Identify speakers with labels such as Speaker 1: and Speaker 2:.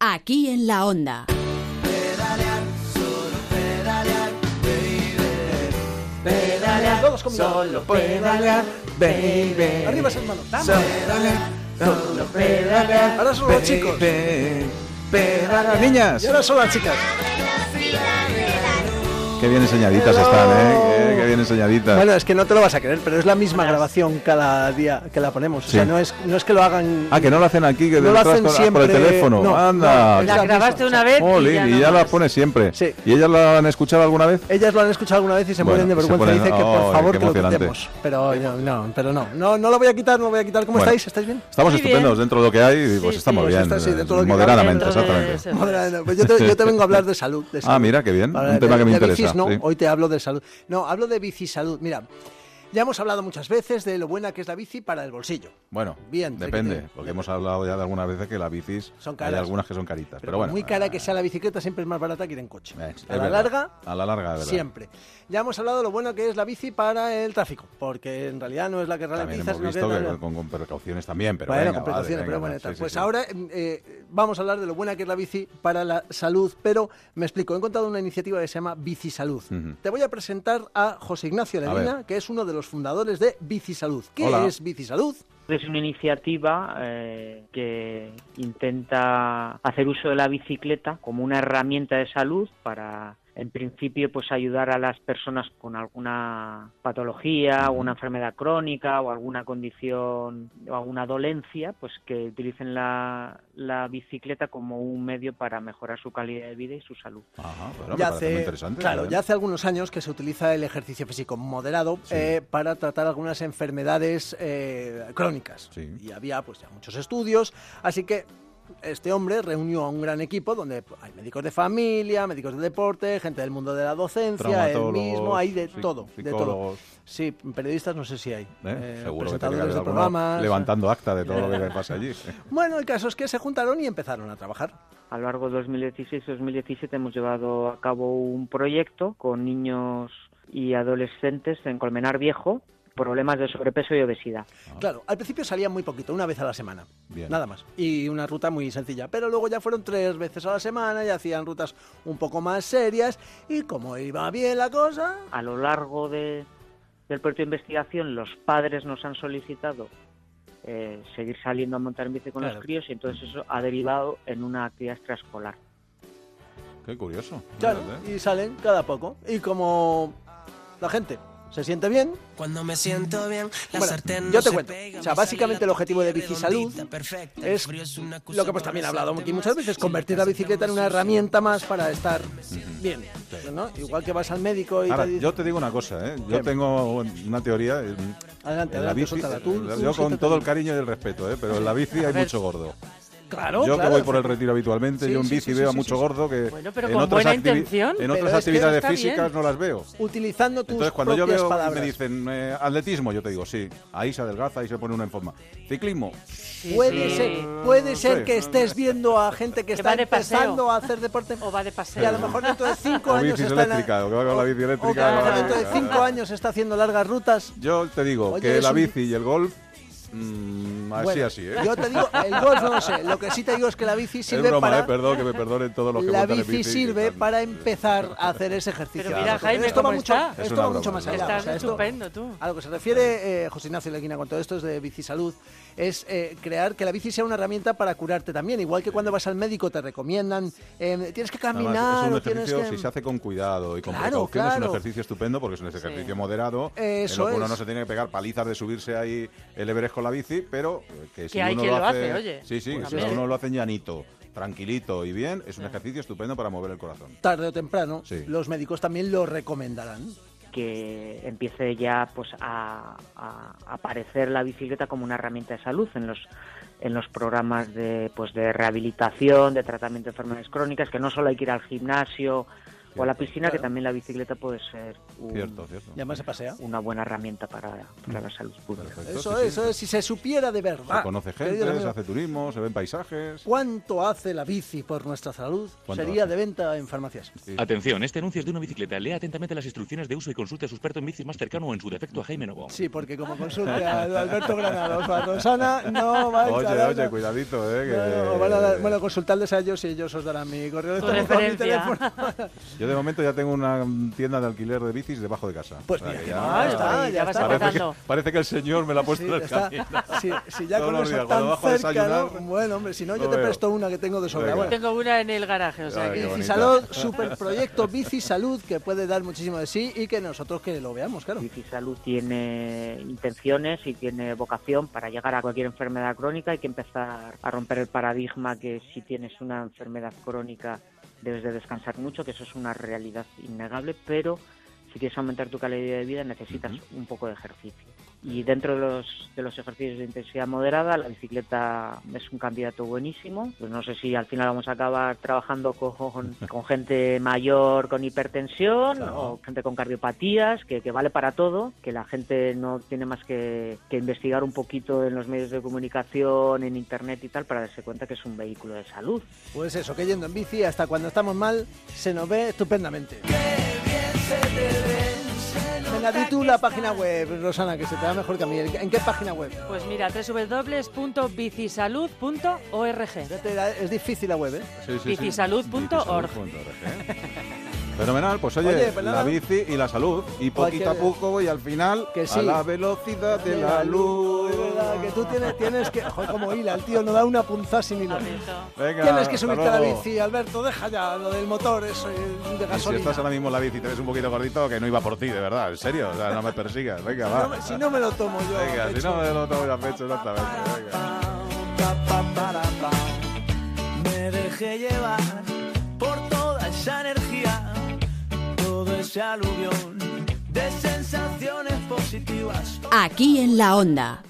Speaker 1: aquí en la onda.
Speaker 2: Pedalear, solo pedalear, baby. Pedalear,
Speaker 3: Todos conmigo.
Speaker 2: solo pedalear, baby.
Speaker 3: Arriba esas manos. Vamos.
Speaker 2: Solo pedalear, solo pedalear.
Speaker 3: Ahora son los
Speaker 2: baby.
Speaker 3: chicos.
Speaker 2: Pedalear.
Speaker 3: Y
Speaker 4: Niñas,
Speaker 3: ahora son las chicas.
Speaker 4: qué bien enseñaditas están, ¿eh? Qué, qué bien enseñaditas.
Speaker 3: Bueno, es que no te lo vas a creer, pero es la misma grabación cada día que la ponemos. O sea,
Speaker 4: Sí.
Speaker 3: no es, no es que lo hagan.
Speaker 4: ah, que no lo hacen aquí, que
Speaker 3: no lo
Speaker 4: detrás
Speaker 3: hacen
Speaker 4: con- ah,
Speaker 3: siempre.
Speaker 4: por el teléfono.
Speaker 3: no, no,
Speaker 4: Anda.
Speaker 3: es
Speaker 5: La grabaste
Speaker 3: misma.
Speaker 5: una vez.
Speaker 4: Jolín,
Speaker 5: y ya,
Speaker 4: y
Speaker 5: no
Speaker 4: ya la
Speaker 5: más.
Speaker 4: pone siempre.
Speaker 3: Sí.
Speaker 4: ¿Y ellas la han escuchado alguna vez?
Speaker 3: Ellas lo han escuchado alguna vez y se
Speaker 4: Bueno,
Speaker 3: mueren de
Speaker 4: se
Speaker 3: vergüenza.
Speaker 4: ponen-
Speaker 3: Dicen que
Speaker 4: ¡Ay,
Speaker 3: por favor
Speaker 4: qué
Speaker 3: que lo
Speaker 4: emocionante!
Speaker 3: quitemos. Pero no, no, pero no. No, no lo voy a quitar, no lo voy a quitar. ¿Cómo
Speaker 4: Bueno.
Speaker 3: estáis? ¿Estáis bien?
Speaker 4: Estamos
Speaker 5: Muy
Speaker 4: estupendos
Speaker 5: bien.
Speaker 4: dentro de lo que hay y pues
Speaker 5: sí,
Speaker 4: estamos
Speaker 3: pues
Speaker 4: bien.
Speaker 3: está así, dentro de lo que cabe,
Speaker 4: moderadamente,
Speaker 5: dentro de
Speaker 4: exactamente.
Speaker 5: eso.
Speaker 3: Bueno, pues yo te, yo te vengo a hablar de salud. de salud.
Speaker 4: Ah, mira, qué bien,
Speaker 3: Ahora,
Speaker 4: un tema
Speaker 3: de-
Speaker 4: que me
Speaker 3: de
Speaker 4: interesa,
Speaker 3: bicis no,
Speaker 4: sí.
Speaker 3: hoy te hablo de salud. No, hablo de bicisalud. Mira, ya hemos hablado muchas veces de lo buena que es la bici para el bolsillo.
Speaker 4: Bueno,
Speaker 3: Bien,
Speaker 4: depende,
Speaker 3: requete.
Speaker 4: porque hemos hablado ya de algunas veces que las bicis
Speaker 3: Son
Speaker 4: hay
Speaker 3: caras.
Speaker 4: algunas que son caritas,
Speaker 3: Pero,
Speaker 4: pero,
Speaker 3: por
Speaker 4: bueno. ah.
Speaker 3: muy cara que sea la bicicleta, siempre es más barata que ir en coche.
Speaker 4: eh, es
Speaker 3: a la
Speaker 4: verdad,
Speaker 3: larga,
Speaker 4: a la larga, de verdad.
Speaker 3: siempre. Ya hemos hablado de lo bueno que es la bici para el tráfico, porque en realidad no es la que
Speaker 4: También
Speaker 3: ralentizas.
Speaker 4: hemos
Speaker 3: sino que
Speaker 4: visto
Speaker 3: tal,
Speaker 4: que
Speaker 3: no.
Speaker 4: con, con precauciones también, pero
Speaker 3: bueno,
Speaker 4: venga,
Speaker 3: con
Speaker 4: vale,
Speaker 3: precauciones,
Speaker 4: venga,
Speaker 3: pero bueno,
Speaker 4: sí,
Speaker 3: tal.
Speaker 4: sí,
Speaker 3: pues
Speaker 4: sí.
Speaker 3: ahora eh, vamos a hablar de lo buena que es la bici para la salud, pero me explico, he encontrado una iniciativa que se llama Bicisalud.
Speaker 4: Ujú.
Speaker 3: Te voy a presentar a José Ignacio
Speaker 4: A
Speaker 3: Lemina,
Speaker 4: ver.
Speaker 3: que es uno de los fundadores de Bicisalud. ¿Qué
Speaker 4: Hola.
Speaker 3: es Bicisalud?
Speaker 6: Es una iniciativa eh, que intenta hacer uso de la bicicleta como una herramienta de salud para, en principio, pues ayudar a las personas con alguna patología o una enfermedad crónica o alguna condición o alguna dolencia, pues que utilicen la, la bicicleta como un medio para mejorar su calidad de vida y su salud.
Speaker 4: Ajá, bueno, me parece muy interesante.
Speaker 3: claro,
Speaker 4: ¿eh?
Speaker 3: ya hace algunos años que se utiliza el ejercicio físico moderado
Speaker 4: Sí.
Speaker 3: eh, para tratar algunas enfermedades eh, crónicas.
Speaker 4: Sí.
Speaker 3: Y había pues ya muchos estudios, así que este hombre reunió a un gran equipo donde hay médicos de familia, médicos de deporte, gente del mundo de la docencia, él
Speaker 4: Traumatólogos,
Speaker 3: mismo, hay de
Speaker 4: psic-
Speaker 3: todo, de todo.
Speaker 4: psicólogos,
Speaker 3: Sí, periodistas no sé si hay.
Speaker 4: ¿eh?
Speaker 3: eh,
Speaker 4: Seguro que tiene
Speaker 3: presentadores
Speaker 4: que haber
Speaker 3: de
Speaker 4: alguno
Speaker 3: programas. eh.
Speaker 4: levantando acta de todo lo que pasa allí.
Speaker 3: Bueno, el caso es que se juntaron y empezaron a trabajar.
Speaker 4: Ah.
Speaker 6: A lo largo de 2016-2017 hemos llevado a cabo un proyecto con niños y adolescentes en Colmenar Viejo, problemas de sobrepeso y obesidad.
Speaker 3: Claro, al principio salía muy poquito, una vez a la semana.
Speaker 4: Bien.
Speaker 3: Nada más. Y una ruta muy sencilla. Pero luego ya fueron tres veces a la semana y hacían rutas un poco más serias. Y como iba bien la cosa.
Speaker 6: A lo largo de- del proyecto de investigación, los padres nos han solicitado eh, seguir saliendo a montar en bici con
Speaker 3: Claro.
Speaker 6: los críos y entonces eso ha derivado en una actividad extraescolar.
Speaker 4: Qué curioso. ¿eh?
Speaker 3: Claro,
Speaker 4: fíjate.
Speaker 3: y salen cada poco. Y como la gente se siente bien,
Speaker 7: Cuando me siento bien, la
Speaker 3: Bueno,
Speaker 7: sartén
Speaker 3: yo
Speaker 7: no
Speaker 3: te
Speaker 7: se
Speaker 3: cuento.
Speaker 7: pega,
Speaker 3: O sea,
Speaker 7: me
Speaker 3: básicamente
Speaker 7: sale
Speaker 3: el
Speaker 7: la
Speaker 3: objetivo de
Speaker 7: tortilla
Speaker 3: Bici
Speaker 7: redondita,
Speaker 3: Salud
Speaker 7: perfecta. El
Speaker 3: es
Speaker 7: frío es una cosa
Speaker 3: lo que pues también
Speaker 7: más,
Speaker 3: hablamos
Speaker 7: sartén
Speaker 3: aquí
Speaker 7: más.
Speaker 3: muchas veces,
Speaker 7: Si
Speaker 3: convertir
Speaker 7: le
Speaker 3: la bicicleta en
Speaker 7: hacemos
Speaker 3: una
Speaker 7: un
Speaker 3: herramienta más para estar bien. ¿no? Igual que eh, vas al médico y
Speaker 4: Ahora,
Speaker 3: te dice-
Speaker 4: yo te digo una cosa, ¿eh? yo
Speaker 3: ¿Qué?
Speaker 4: tengo una teoría. eh, en-
Speaker 3: Adelante,
Speaker 4: en la
Speaker 3: adelante,
Speaker 4: bici- eh,
Speaker 3: suéltala tú,
Speaker 4: yo
Speaker 3: tú,
Speaker 4: con
Speaker 3: suéltate.
Speaker 4: todo el cariño y el respeto, ¿eh? pero en la bici hay mucho gordo.
Speaker 3: Claro,
Speaker 4: yo
Speaker 3: claro.
Speaker 4: que voy por el retiro habitualmente,
Speaker 3: Sí,
Speaker 4: yo en
Speaker 3: sí,
Speaker 4: bici
Speaker 3: sí, sí,
Speaker 4: veo a
Speaker 3: sí,
Speaker 4: mucho
Speaker 3: sí.
Speaker 4: gordo que
Speaker 5: Bueno, pero
Speaker 4: en
Speaker 5: con
Speaker 4: otras,
Speaker 5: buena
Speaker 4: activi-
Speaker 5: intención.
Speaker 4: en
Speaker 5: Pero
Speaker 4: otras
Speaker 3: es que
Speaker 4: actividades
Speaker 5: está bien.
Speaker 4: físicas no las veo.
Speaker 3: utilizando tus
Speaker 4: Entonces, cuando yo
Speaker 3: propias
Speaker 4: veo
Speaker 3: palabras.
Speaker 4: me dicen eh, atletismo, yo te digo, sí, ahí se adelgaza, ahí se pone una en forma. Ciclismo,
Speaker 3: puede
Speaker 5: sí.
Speaker 3: ser, puede ser
Speaker 4: Sí.
Speaker 3: que estés viendo a gente que
Speaker 5: Que
Speaker 3: está
Speaker 5: va de paseo.
Speaker 3: empezando a hacer deporte
Speaker 5: O va
Speaker 3: y a
Speaker 5: de
Speaker 3: lo
Speaker 5: paseo.
Speaker 3: mejor dentro de cinco
Speaker 4: O
Speaker 3: años
Speaker 4: bicis
Speaker 3: está en
Speaker 4: eléctrica, o que va con la
Speaker 3: o-
Speaker 4: bici
Speaker 3: o
Speaker 4: eléctrica,
Speaker 3: que
Speaker 5: la
Speaker 3: dentro
Speaker 5: bici
Speaker 3: de
Speaker 4: eléctrica.
Speaker 3: cinco años está haciendo largas rutas.
Speaker 4: yo te digo
Speaker 3: Oye,
Speaker 4: que
Speaker 3: eres
Speaker 4: la
Speaker 3: un-
Speaker 4: bici y el golf, mm, así,
Speaker 3: Bueno,
Speaker 4: así, ¿eh?
Speaker 3: Yo te digo, el golf no lo sé. Lo que sí te digo es que la bici
Speaker 4: es
Speaker 3: sirve
Speaker 4: broma,
Speaker 3: para
Speaker 4: eh, perdón, que me perdonen todos los que
Speaker 3: la
Speaker 4: montan en
Speaker 3: bici,
Speaker 4: bici, que
Speaker 3: sirve
Speaker 4: están-
Speaker 3: para empezar a hacer ese ejercicio.
Speaker 5: Pero
Speaker 4: mira, Jaime,
Speaker 3: esto va
Speaker 5: ¿cómo
Speaker 3: mucho,
Speaker 5: está?
Speaker 3: esto
Speaker 4: Es
Speaker 3: va
Speaker 4: una broma,
Speaker 3: mucho más
Speaker 4: es una
Speaker 3: allá.
Speaker 4: broma.
Speaker 3: o sea,
Speaker 5: Estás
Speaker 3: esto-
Speaker 5: estupendo tú.
Speaker 3: A lo que se refiere eh, José Ignacio Leguina con todo esto es de Bicisalud, es eh, crear que la bici sea una herramienta para curarte también. Igual que cuando vas al médico te recomiendan, eh, tienes que
Speaker 4: Además,
Speaker 3: caminar
Speaker 4: es un
Speaker 3: o tienes
Speaker 4: ejercicio,
Speaker 3: que...
Speaker 4: si se hace con cuidado y con
Speaker 3: Claro,
Speaker 4: precaución, es un
Speaker 3: claro.
Speaker 4: ejercicio estupendo porque es un ejercicio
Speaker 5: Sí.
Speaker 4: moderado. en
Speaker 3: Eso
Speaker 4: lo que uno
Speaker 3: es.
Speaker 4: no se tiene que pegar palizas de subirse ahí el Everest con la bici, pero eh, que si
Speaker 5: hay
Speaker 4: uno
Speaker 5: quien
Speaker 4: lo
Speaker 5: lo
Speaker 4: hace,
Speaker 5: hace, oye.
Speaker 4: Sí, sí,
Speaker 5: Pues
Speaker 4: si
Speaker 5: también.
Speaker 4: uno lo hace llanito, tranquilito y bien, es un ejercicio estupendo para mover el corazón.
Speaker 3: Tarde o temprano,
Speaker 4: Sí.
Speaker 3: los médicos también lo recomendarán.
Speaker 6: que empiece ya pues a, a aparecer la bicicleta como una herramienta de salud en los en los programas de pues de rehabilitación, de tratamiento de enfermedades crónicas, que no solo hay que ir al gimnasio o a la
Speaker 4: Cierto.
Speaker 6: piscina, que
Speaker 3: Claro.
Speaker 6: también la bicicleta puede ser
Speaker 3: Uh.
Speaker 6: un-
Speaker 4: Cierto, cierto.
Speaker 3: Y además se pasea.
Speaker 6: una buena herramienta para, para la salud pública.
Speaker 4: Perfecto,
Speaker 3: Eso
Speaker 4: sí,
Speaker 3: es,
Speaker 4: sí.
Speaker 3: eso es, si se supiera de verdad.
Speaker 4: Se conoce
Speaker 3: Ah, querido
Speaker 4: gente, se
Speaker 3: amigo.
Speaker 4: hace turismo, se ven paisajes.
Speaker 3: ¿Cuánto hace la bici por nuestra salud?
Speaker 4: ¿Cuánto
Speaker 3: Sería
Speaker 4: hace?
Speaker 3: de venta en farmacias.
Speaker 1: Atención, este anuncio es de una bicicleta. Lea atentamente las instrucciones de uso y consulte a su experto en bicis más cercano o en su defecto a Jaime Novo.
Speaker 3: Sí, porque como consulte a Alberto Granados o a Rosana, no vais a
Speaker 4: Oye,
Speaker 3: dar-
Speaker 4: oye, cuidadito, eh.
Speaker 3: No,
Speaker 4: que-
Speaker 3: no, o van a dar- bueno, consultadles a ellos y ellos os darán mi correo
Speaker 5: Tu
Speaker 3: electrónico, mi
Speaker 5: referencia.
Speaker 3: teléfono.
Speaker 4: Yo de momento ya tengo una mm, tienda de alquiler de bicis debajo de casa.
Speaker 3: Pues
Speaker 4: O sea,
Speaker 3: mira,
Speaker 4: que
Speaker 3: que
Speaker 4: ya-
Speaker 3: no, ya está,
Speaker 5: Ahí,
Speaker 3: ya
Speaker 5: ya vas
Speaker 3: está.
Speaker 5: a-
Speaker 4: Parece que,
Speaker 5: empezando.
Speaker 4: parece que el señor me la ha puesto
Speaker 3: Sí,
Speaker 4: en el
Speaker 3: está-
Speaker 4: camino.
Speaker 3: si, si ya
Speaker 4: Todos
Speaker 3: con
Speaker 4: los
Speaker 3: eso
Speaker 4: días, cuando
Speaker 3: tan
Speaker 4: bajo a
Speaker 3: cerca,
Speaker 4: desayunar-
Speaker 3: ¿no? Bueno, hombre, si no, yo
Speaker 4: Lo
Speaker 3: te
Speaker 4: veo.
Speaker 3: presto una que tengo de sobra.
Speaker 4: Venga.
Speaker 3: Bueno,
Speaker 5: Tengo una en el garaje, o sea
Speaker 4: Ay,
Speaker 5: que...
Speaker 4: qué bonito.
Speaker 3: Bicisalud, superproyecto Bicisalud, que puede dar muchísimo de sí y que nosotros que lo veamos, claro.
Speaker 6: Bicisalud tiene intenciones y tiene vocación para llegar a cualquier enfermedad crónica. Hay que empezar a romper el paradigma que si tienes una enfermedad crónica debes de descansar mucho, que eso es una realidad innegable, pero si quieres aumentar tu calidad de vida necesitas un poco de ejercicio. Y dentro de los, de los ejercicios de intensidad moderada, la bicicleta es un candidato buenísimo. Pues no sé si al final vamos a acabar trabajando con, con gente mayor con hipertensión
Speaker 4: Claro.
Speaker 6: o gente con cardiopatías, que, que vale para todo, que la gente no tiene más que, que investigar un poquito en los medios de comunicación, en internet y tal, para darse cuenta que es un vehículo de salud.
Speaker 3: Pues eso, que yendo en bici hasta cuando estamos mal se nos ve estupendamente. Venga, di tú la página web, Rosana, que se te da mejor que a mí. ¿En qué página web?
Speaker 5: Pues mira, www.bicisalud.org.
Speaker 3: Ya te da- Es difícil la web, ¿eh?
Speaker 4: Sí,
Speaker 5: Bicisalud.org.
Speaker 4: Bicisalud.org. eh. Fenomenal, pues oye,
Speaker 3: Oye, pues
Speaker 4: la
Speaker 3: nada.
Speaker 4: bici y la salud. Y poquito
Speaker 3: Cualquier-
Speaker 4: a poco y al final
Speaker 3: Que sí.
Speaker 4: a la velocidad de la luz.
Speaker 3: Es verdad, que tú tienes, tienes que... Joder, como hila, el tío no da una punzada sin hilo.
Speaker 5: Alberto.
Speaker 4: Venga,
Speaker 3: Tienes que
Speaker 4: hasta
Speaker 3: subirte a la
Speaker 4: luego.
Speaker 3: bici, Alberto, deja ya lo del motor, eso eh, de
Speaker 4: Y si
Speaker 3: gasolina.
Speaker 4: estás ahora mismo en la bici y te ves un poquito gordito, que no iba por ti, de verdad, en serio. O sea, no me persigas. Venga,
Speaker 3: No
Speaker 4: va.
Speaker 3: me- si no me lo tomo yo.
Speaker 4: Venga, si
Speaker 3: pecho.
Speaker 4: no me lo tomo ya pecho, exactamente. Venga.
Speaker 2: Me dejé llevar por toda esa energía, todo ese aluvión de sensaciones positivas.
Speaker 8: Aquí en la onda,